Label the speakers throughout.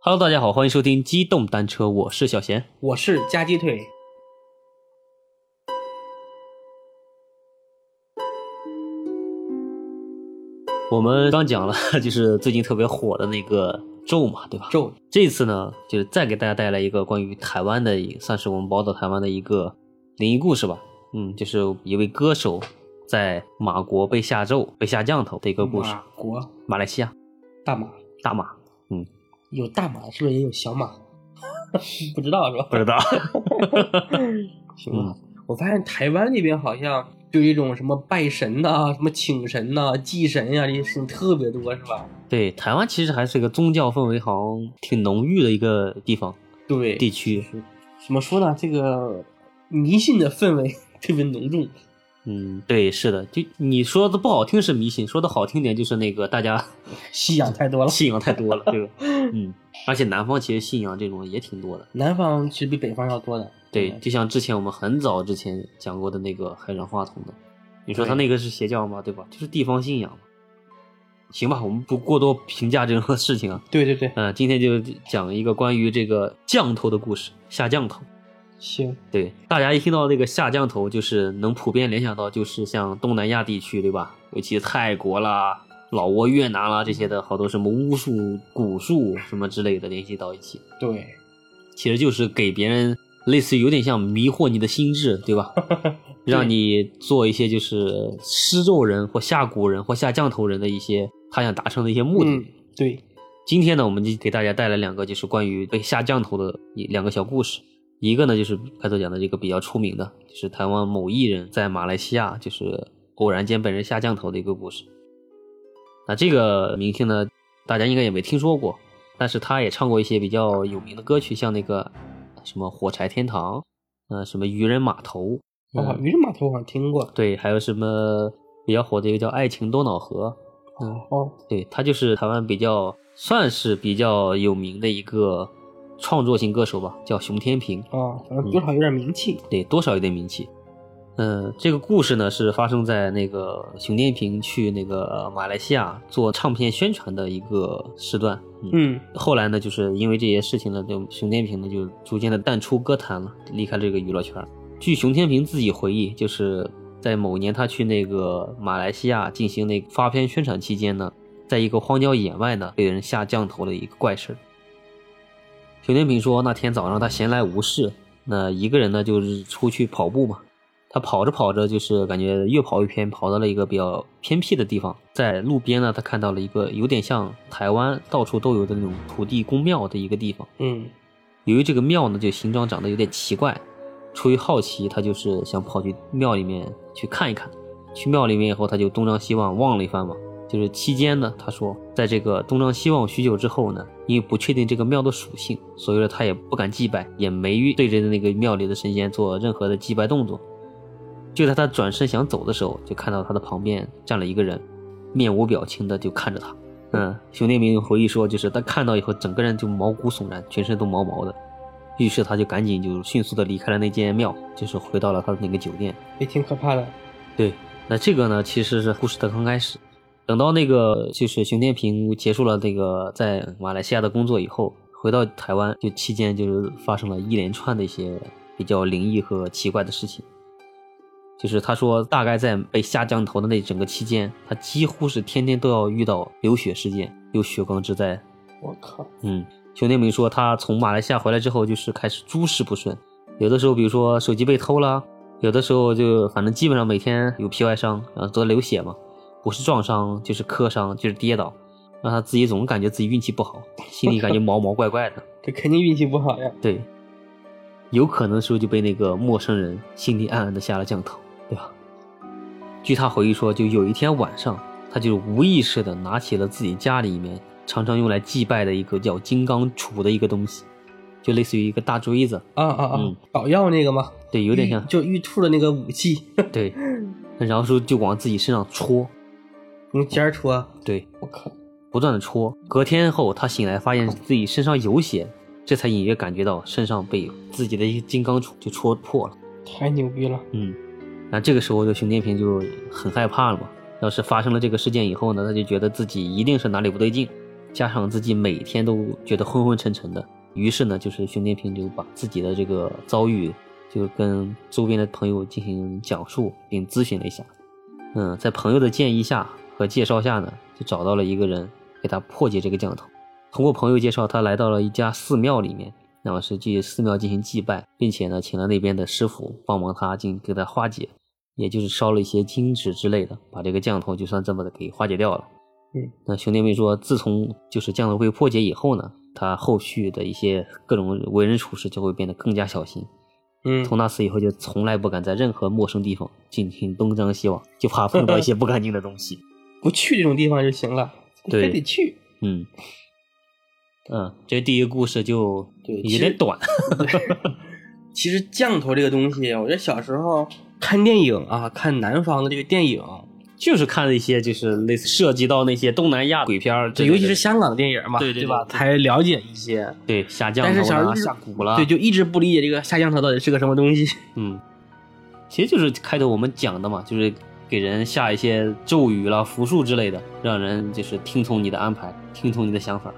Speaker 1: Hello，大家好，欢迎收听机动单车，我是小贤。
Speaker 2: 我是夹鸡腿。
Speaker 1: 我们刚讲了， 就是最近特别火的那个咒嘛，对吧？
Speaker 2: 咒
Speaker 1: 这次呢，就是再给大家带来一个关于台湾的一，算是我们宝岛台湾的一个灵异故事吧。嗯，就是一位歌手在马国被下咒、被下降头的一个故事。
Speaker 2: 马国
Speaker 1: 马来西亚
Speaker 2: 大马
Speaker 1: 大马，
Speaker 2: 有大马，是不是也有小马？ 不知道是吧？
Speaker 1: 不知道。
Speaker 2: 行吧。我发现台湾那边好像就有一种什么拜神呐、什么请神呐、祭神呀、这些事情特别多，是吧？
Speaker 1: 对，台湾其实还是一个宗教氛围好像挺浓郁的一个地方
Speaker 2: 对，
Speaker 1: 地区。
Speaker 2: 怎么说呢？这个迷信的氛围特别浓重。
Speaker 1: 嗯，对，是的，就你说的不好听是迷信，说的好听点就是那个大家
Speaker 2: 信仰太多 了，
Speaker 1: 信仰太多了，对吧？嗯，而且南方其实信仰这种也挺多的。
Speaker 2: 南方其实比北方要多的。
Speaker 1: 对，
Speaker 2: 嗯
Speaker 1: 就像之前我们很早之前讲过的那个海上话筒的，你说他
Speaker 2: 对
Speaker 1: 那个是邪教吗？对吧？就是地方信仰嘛。行吧，我们不过多评价这种事情啊。
Speaker 2: 对对对，
Speaker 1: 嗯、今天就讲一个关于这个降头的故事，下降头。
Speaker 2: 行，
Speaker 1: 对，大家一听到那个下降头，就是能普遍联想到，就是像东南亚地区，对吧？尤其泰国啦、老挝、越南啦这些的，好多什么巫术、蛊术什么之类的联系到一起，
Speaker 2: 对，
Speaker 1: 其实就是给别人类似于有点像迷惑你的心智，对吧？让你做一些就是施咒人或下蛊人或下降头人的一些他想达成的一些目的。
Speaker 2: 嗯，对，
Speaker 1: 今天呢，我们就给大家带来两个就是关于被下降头的一两个小故事。一个呢，就是开头讲的这个比较出名的，就是台湾某艺人在马来西亚就是偶然间被人下降头的一个故事。那这个明星呢，大家应该也没听说过，但是他也唱过一些比较有名的歌曲，像那个什么《火柴天堂》，呃，什么《渔人码头》
Speaker 2: 啊，
Speaker 1: 嗯，
Speaker 2: 渔人码头我好像听过。
Speaker 1: 对，还有什么比较火的一个叫《爱情多瑙河》，嗯，
Speaker 2: 哦，
Speaker 1: 对，他就是台湾比较算是比较有名的一个创作型歌手吧，叫熊天平，
Speaker 2: 啊，反正多少有点名气。
Speaker 1: 对，多少有点名气。嗯，这个故事呢是发生在那个熊天平去那个马来西亚做唱片宣传的一个时段。嗯，
Speaker 2: 嗯，
Speaker 1: 后来呢，就是因为这些事情呢，就熊天平呢就逐渐的淡出歌坛了，离开了这个娱乐圈。据熊天平自己回忆，就是在某年他去那个马来西亚进行那个发片宣传期间呢，在一个荒郊野外呢被人下降头的一个怪事儿。熊天平说，那天早上他闲来无事，那一个人呢就是出去跑步嘛，他跑着跑着，就是感觉越跑越偏，跑到了一个比较偏僻的地方，在路边呢，他看到了一个有点像台湾到处都有的那种土地公庙的一个地方。
Speaker 2: 嗯，
Speaker 1: 由于这个庙呢，就形状长得有点奇怪，出于好奇，他就是想跑去庙里面去看一看。去庙里面以后，他就东张西望望了一番嘛。就是期间呢，他说，在这个东张西望许久之后呢，因为不确定这个庙的属性，所以说他也不敢祭拜，也没对着那个庙里的神仙做任何的祭拜动作。就在他转身想走的时候，就看到他的旁边站了一个人，面无表情的就看着他。嗯，熊天明回忆说，就是他看到以后，整个人就毛骨悚然，全身都毛毛的。于是他就赶紧就迅速的离开了那间庙，就是回到了他的那个酒店。
Speaker 2: 也哎挺可怕的。
Speaker 1: 对，那这个呢，其实是故事的刚开始。等到那个就是熊天平结束了那个在马来西亚的工作以后，回到台湾，就期间就是发生了一连串的一些比较灵异和奇怪的事情。就是他说，大概在被下降头的那整个期间，他几乎是天天都要遇到流血事件，有血光之灾，
Speaker 2: 我靠，
Speaker 1: 嗯，熊天明说，他从马来西亚回来之后，就是开始诸事不顺，有的时候比如说手机被偷了，有的时候就反正基本上每天有皮外伤，然后都流血嘛，不是撞伤就是磕伤就是跌倒，让他自己总感觉自己运气不好，心里感觉毛毛怪怪的。
Speaker 2: 这肯定运气不好呀。
Speaker 1: 对，有可能说就被那个陌生人心里暗暗的下了降头，对吧？据他回忆说，就有一天晚上，他就无意识的拿起了自己家里面常常用来祭拜的一个叫金刚杵的一个东西，就类似于一个大锥子，
Speaker 2: 啊啊啊
Speaker 1: 嗯！
Speaker 2: 搞药那个吗？
Speaker 1: 对，有点
Speaker 2: 玉
Speaker 1: 像，
Speaker 2: 就玉兔的那个武器，
Speaker 1: 对，然后说就往自己身上戳，
Speaker 2: 用尖儿戳。
Speaker 1: 对，
Speaker 2: 我靠，
Speaker 1: 不断的戳。隔天后，他醒来发现自己身上有血，这才隐约感觉到身上被自己的一个金刚杵就戳破了。
Speaker 2: 太牛逼了！
Speaker 1: 嗯，那这个时候就熊天平就很害怕了嘛。要是发生了这个事件以后呢，他就觉得自己一定是哪里不对劲，加上自己每天都觉得昏昏沉沉的，于是呢，就是熊天平就把自己的这个遭遇，就跟周边的朋友进行讲述并咨询了一下。嗯，在朋友的建议下和介绍下呢，就找到了一个人给他破解这个降头。通过朋友介绍，他来到了一家寺庙里面，然后是去寺庙进行祭拜，并且呢，请了那边的师傅帮忙他进给他化解，也就是烧了一些金纸之类的，把这个降头就算这么的给化解掉了。
Speaker 2: 嗯，
Speaker 1: 那熊天妹说，自从就是降头会破解以后呢，他后续的一些各种为人处事就会变得更加小心。
Speaker 2: 嗯，
Speaker 1: 从那次以后，就从来不敢在任何陌生地方进行东张西望，就怕碰到一些不干净的东西。
Speaker 2: 不去这种地方就行了，你
Speaker 1: 对
Speaker 2: 非得去。
Speaker 1: 嗯，嗯，这第一个故事就
Speaker 2: 对
Speaker 1: 有点短。
Speaker 2: 其实降头这个东西，我觉得小时候看电影啊，看南方的这个电影，
Speaker 1: 就是看了一些就是类似涉及到那些东南亚鬼片儿之
Speaker 2: 这
Speaker 1: 类的，
Speaker 2: 尤其是香港的电影嘛，
Speaker 1: 对对对
Speaker 2: 吧？
Speaker 1: 对
Speaker 2: 才了解一些。
Speaker 1: 对下降
Speaker 2: 但是
Speaker 1: 头
Speaker 2: 小时
Speaker 1: 啦、
Speaker 2: 候
Speaker 1: 下蛊啦，
Speaker 2: 对，就一直不理解这个下降头到底是个什么东西。
Speaker 1: 嗯，其实就是开头我们讲的嘛，就是给人下一些咒语啦、符术之类的，让人就是听从你的安排，听从你的想法。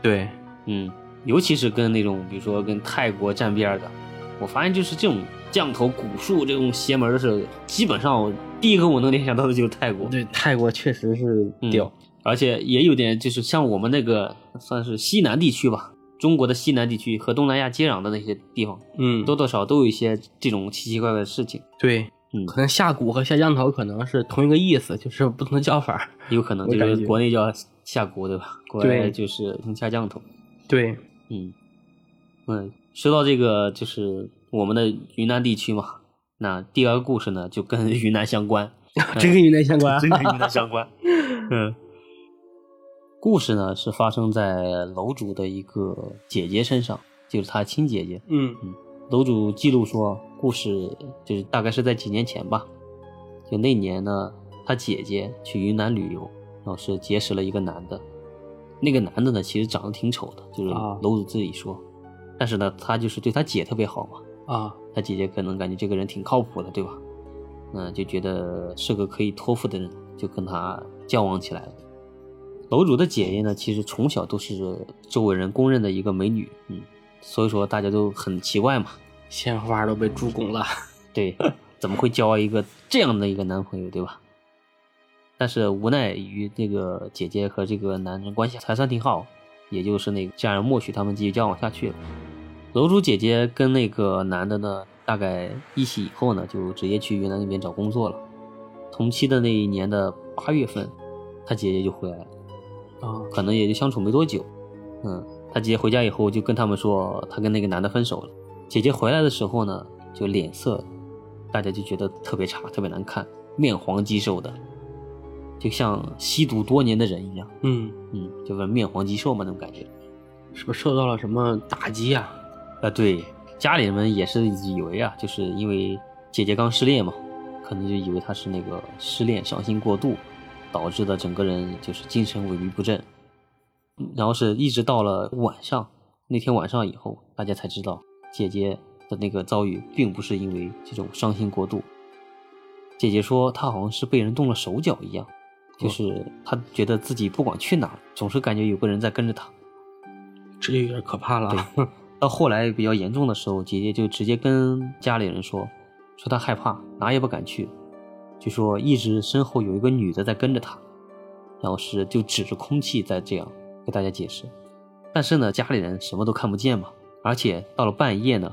Speaker 2: 对，
Speaker 1: 嗯，尤其是跟那种比如说跟泰国站边儿的，我发现就是这种降头蛊术这种邪门儿的事，基本上我第一个我能联想到的就是泰国。
Speaker 2: 对，泰国确实是
Speaker 1: 嗯
Speaker 2: 屌。
Speaker 1: 而且也有点就是像我们那个算是西南地区吧，中国的西南地区和东南亚接壤的那些地方，
Speaker 2: 嗯，
Speaker 1: 多多少少都有一些这种奇奇怪怪的事情，
Speaker 2: 对，
Speaker 1: 嗯
Speaker 2: 可能下蛊和下降头可能是同一个意思，就是不同的叫法。
Speaker 1: 有可能
Speaker 2: 我
Speaker 1: 就
Speaker 2: 感
Speaker 1: 是
Speaker 2: 觉
Speaker 1: 国内叫下蛊对吧？国
Speaker 2: 对
Speaker 1: 外就是下降头，
Speaker 2: 对，
Speaker 1: 嗯嗯。说到这个就是我们的云南地区嘛，那第二个故事呢就跟 云南相关，
Speaker 2: 真跟云南 相关啊。
Speaker 1: 真跟云南相关。嗯，故事呢是发生在楼主的一个姐姐身上，就是她亲姐姐。
Speaker 2: 嗯
Speaker 1: 楼主记录说，故事就是大概是在几年前吧，就那年呢，他姐姐去云南旅游，然后是结识了一个男的，那个男的呢，其实长得挺丑的，就是
Speaker 2: 啊
Speaker 1: 楼主自己说，但是呢，他就是对他姐特别好嘛，
Speaker 2: 啊，
Speaker 1: 他姐姐可能感觉这个人挺靠谱的，对吧？嗯，就觉得是个可以托付的人，就跟他交往起来了。楼主的姐姐呢，其实从小都是周围人公认的一个美女，嗯，所以说大家都很奇怪嘛，
Speaker 2: 鲜花都被猪拱了。
Speaker 1: 对，怎么会交一个这样的一个男朋友，对吧？但是无奈于这个姐姐和这个男人关系还算挺好，也就是那个家人默许他们继续交往下去了。楼主姐姐跟那个男的呢，大概一起以后呢，就直接去云南那边找工作了。同期的那一年的八月份，她姐姐就回来了，
Speaker 2: 啊，
Speaker 1: 可能也就相处没多久。嗯，她姐姐回家以后就跟他们说，她跟那个男的分手了。姐姐回来的时候呢，就脸色，大家就觉得特别差，特别难看，面黄肌瘦的，就像吸毒多年的人一样，
Speaker 2: 嗯，
Speaker 1: 嗯，就是面黄肌瘦嘛那种感觉。
Speaker 2: 是不是受到了什么打击啊？
Speaker 1: 啊，对，家里人也是以为啊，就是因为姐姐刚失恋嘛，可能就以为她是那个失恋伤心过度导致的，整个人就是精神萎靡不振。嗯然后是一直到了晚上，那天晚上以后，大家才知道姐姐的那个遭遇并不是因为这种伤心过度。姐姐说她好像是被人动了手脚一样，就是她觉得自己不管去哪儿，总是感觉有个人在跟着她。
Speaker 2: 这就有点可怕了啊。
Speaker 1: 到后来比较严重的时候，姐姐就直接跟家里人说，说她害怕，哪也不敢去，就说一直身后有一个女的在跟着她，然后是就指着空气在这样给大家解释。但是呢，家里人什么都看不见嘛，而且到了半夜呢，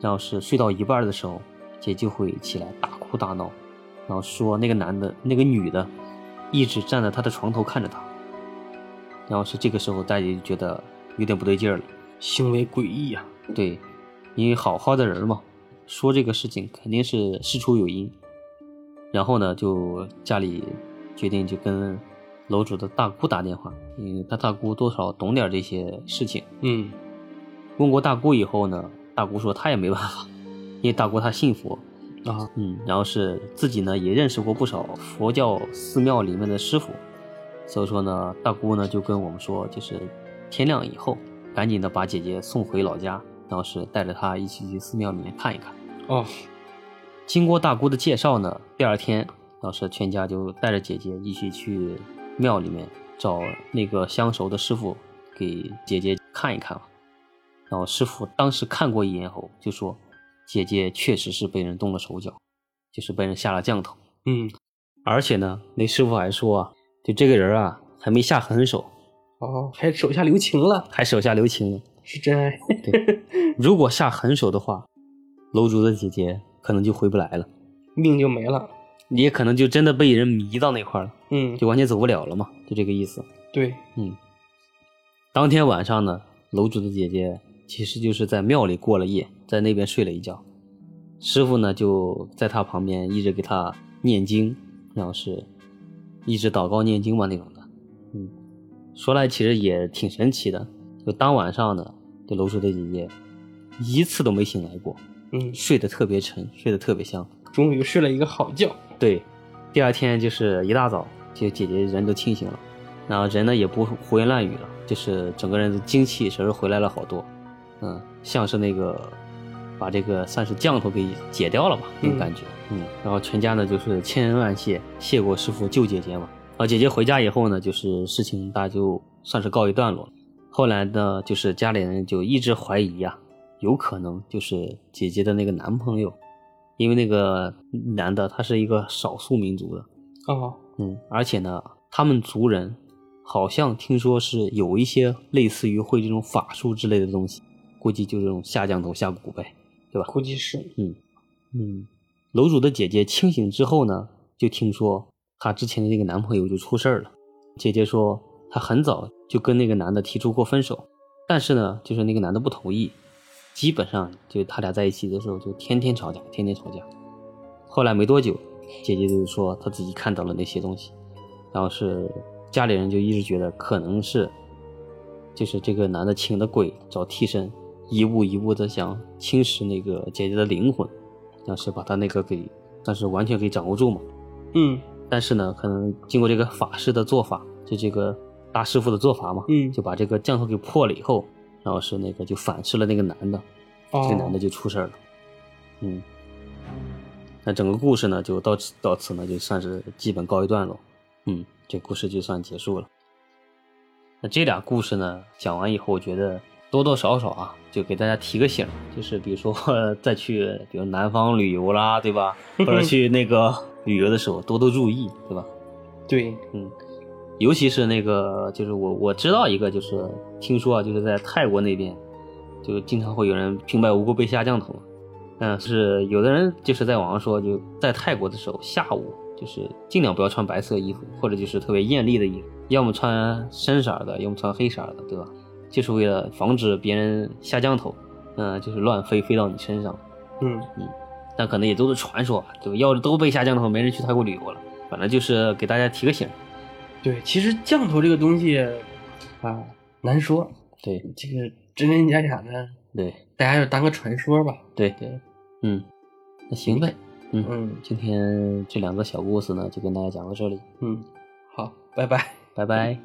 Speaker 1: 然后是睡到一半的时候，姐就会起来大哭大闹，然后说那个男的、那个女的，一直站在她的床头看着她。然后是这个时候，大姐就觉得有点不对劲儿了。
Speaker 2: 行为诡异啊。
Speaker 1: 对，因为好好的人嘛，说这个事情肯定是事出有因。然后呢，就家里决定就跟楼主的大姑打电话，因为他大姑多少懂点这些事情。
Speaker 2: 嗯
Speaker 1: 问过大姑以后呢，大姑说她也没办法，因为大姑她信佛，
Speaker 2: 啊，
Speaker 1: 嗯，然后是自己呢也认识过不少佛教寺庙里面的师傅，所以说呢，大姑呢就跟我们说，就是天亮以后，赶紧的把姐姐送回老家，然后是带着她一起去寺庙里面看一看。
Speaker 2: 哦，
Speaker 1: 经过大姑的介绍呢，第二天，老师全家就带着姐姐一起去庙里面找那个相熟的师傅给姐姐看一看吧。然后师傅当时看过一眼后，就说姐姐确实是被人动了手脚，就是被人下了降头。
Speaker 2: 嗯，
Speaker 1: 而且呢，那师傅还说啊，就这个人啊，还没下狠手，
Speaker 2: 哦，还手下留情了，
Speaker 1: 还手下留情呢。
Speaker 2: 是真爱。
Speaker 1: 如果下狠手的话，楼主的姐姐可能就回不来了，
Speaker 2: 命就没了。
Speaker 1: 也可能就真的被人迷到那块儿了，
Speaker 2: 嗯，
Speaker 1: 就完全走不了了嘛，就这个意思。
Speaker 2: 对，
Speaker 1: 嗯，当天晚上呢，楼主的姐姐其实就是在庙里过了夜，在那边睡了一觉。师傅呢就在她旁边一直给她念经，然后是一直祷告念经嘛那种的。嗯，说来其实也挺神奇的，就当晚上呢，这楼主的姐姐一次都没醒来过，
Speaker 2: 嗯，
Speaker 1: 睡得特别沉，睡得特别香。
Speaker 2: 终于睡了一个好觉。
Speaker 1: 对，第二天就是一大早，就姐姐人都清醒了，然后人呢也不胡言乱语了，就是整个人的精气神儿回来了好多，嗯，像是那个把这个算是降头给解掉了吧，那种感觉，嗯，然后全家呢就是千恩万谢，谢过师傅救姐姐嘛，然后姐姐回家以后呢，就是事情大家就算是告一段落了，后来呢就是家里人就一直怀疑啊呀、有可能就是姐姐的那个男朋友，因为那个男的他是一个少数民族的，
Speaker 2: 哦，
Speaker 1: 嗯，而且呢，他们族人好像听说是有一些类似于会这种法术之类的东西，估计就是这种下降头下蛊呗。
Speaker 2: 估计是。
Speaker 1: 嗯，楼主的姐姐清醒之后呢，就听说她之前的那个男朋友就出事儿了。姐姐说她很早就跟那个男的提出过分手，但是呢，就是那个男的不同意，基本上就他俩在一起的时候就天天吵架，天天吵架。后来没多久，姐姐就是说她自己看到了那些东西，然后是家里人就一直觉得可能是，就是这个男的请的鬼找替身，一步一步的想侵蚀那个姐姐的灵魂，要是把她那个给，但是完全给掌握住嘛。
Speaker 2: 嗯
Speaker 1: 但是呢，可能经过这个法师的做法，就这个大师傅的做法嘛，
Speaker 2: 嗯，
Speaker 1: 就把这个降头给破了以后，然后是那个就反噬了那个男的，
Speaker 2: 哦
Speaker 1: 这个男的就出事儿了。嗯，那整个故事呢，就到此到此呢，就算是基本告一段落。嗯，这故事就算结束了。那这俩故事呢，讲完以后，我觉得多多少少啊，就给大家提个醒儿，就是比如说 再去，比如南方旅游啦，对吧？或者去那个旅游的时候，多多注意，对吧？
Speaker 2: 对，
Speaker 1: 嗯，尤其是那个，就是我我知道一个，就是听说啊，就是在泰国那边，就经常会有人平白无故被下降头。嗯，是有的人就是在网上说，就在泰国的时候，下午就是尽量不要穿白色衣服，或者就是特别艳丽的衣服，要么穿深色儿的，要么穿黑色儿的，对吧？就是为了防止别人下降头，嗯、就是乱飞飞到你身上。
Speaker 2: 嗯
Speaker 1: 但可能也都是传说啊，对吧？要是都被下降头，没人去泰国旅游了。反正就是给大家提个醒儿，
Speaker 2: 对，其实降头这个东西啊难说，
Speaker 1: 对
Speaker 2: 这个真真假假的，
Speaker 1: 对。
Speaker 2: 大家就当个传说吧。
Speaker 1: 对，
Speaker 2: 对，
Speaker 1: 嗯，那行呗，嗯，
Speaker 2: 嗯
Speaker 1: 今天这
Speaker 2: 嗯
Speaker 1: 两个小故事呢，就跟大家讲到这里，
Speaker 2: 嗯，好，拜拜。
Speaker 1: 拜拜。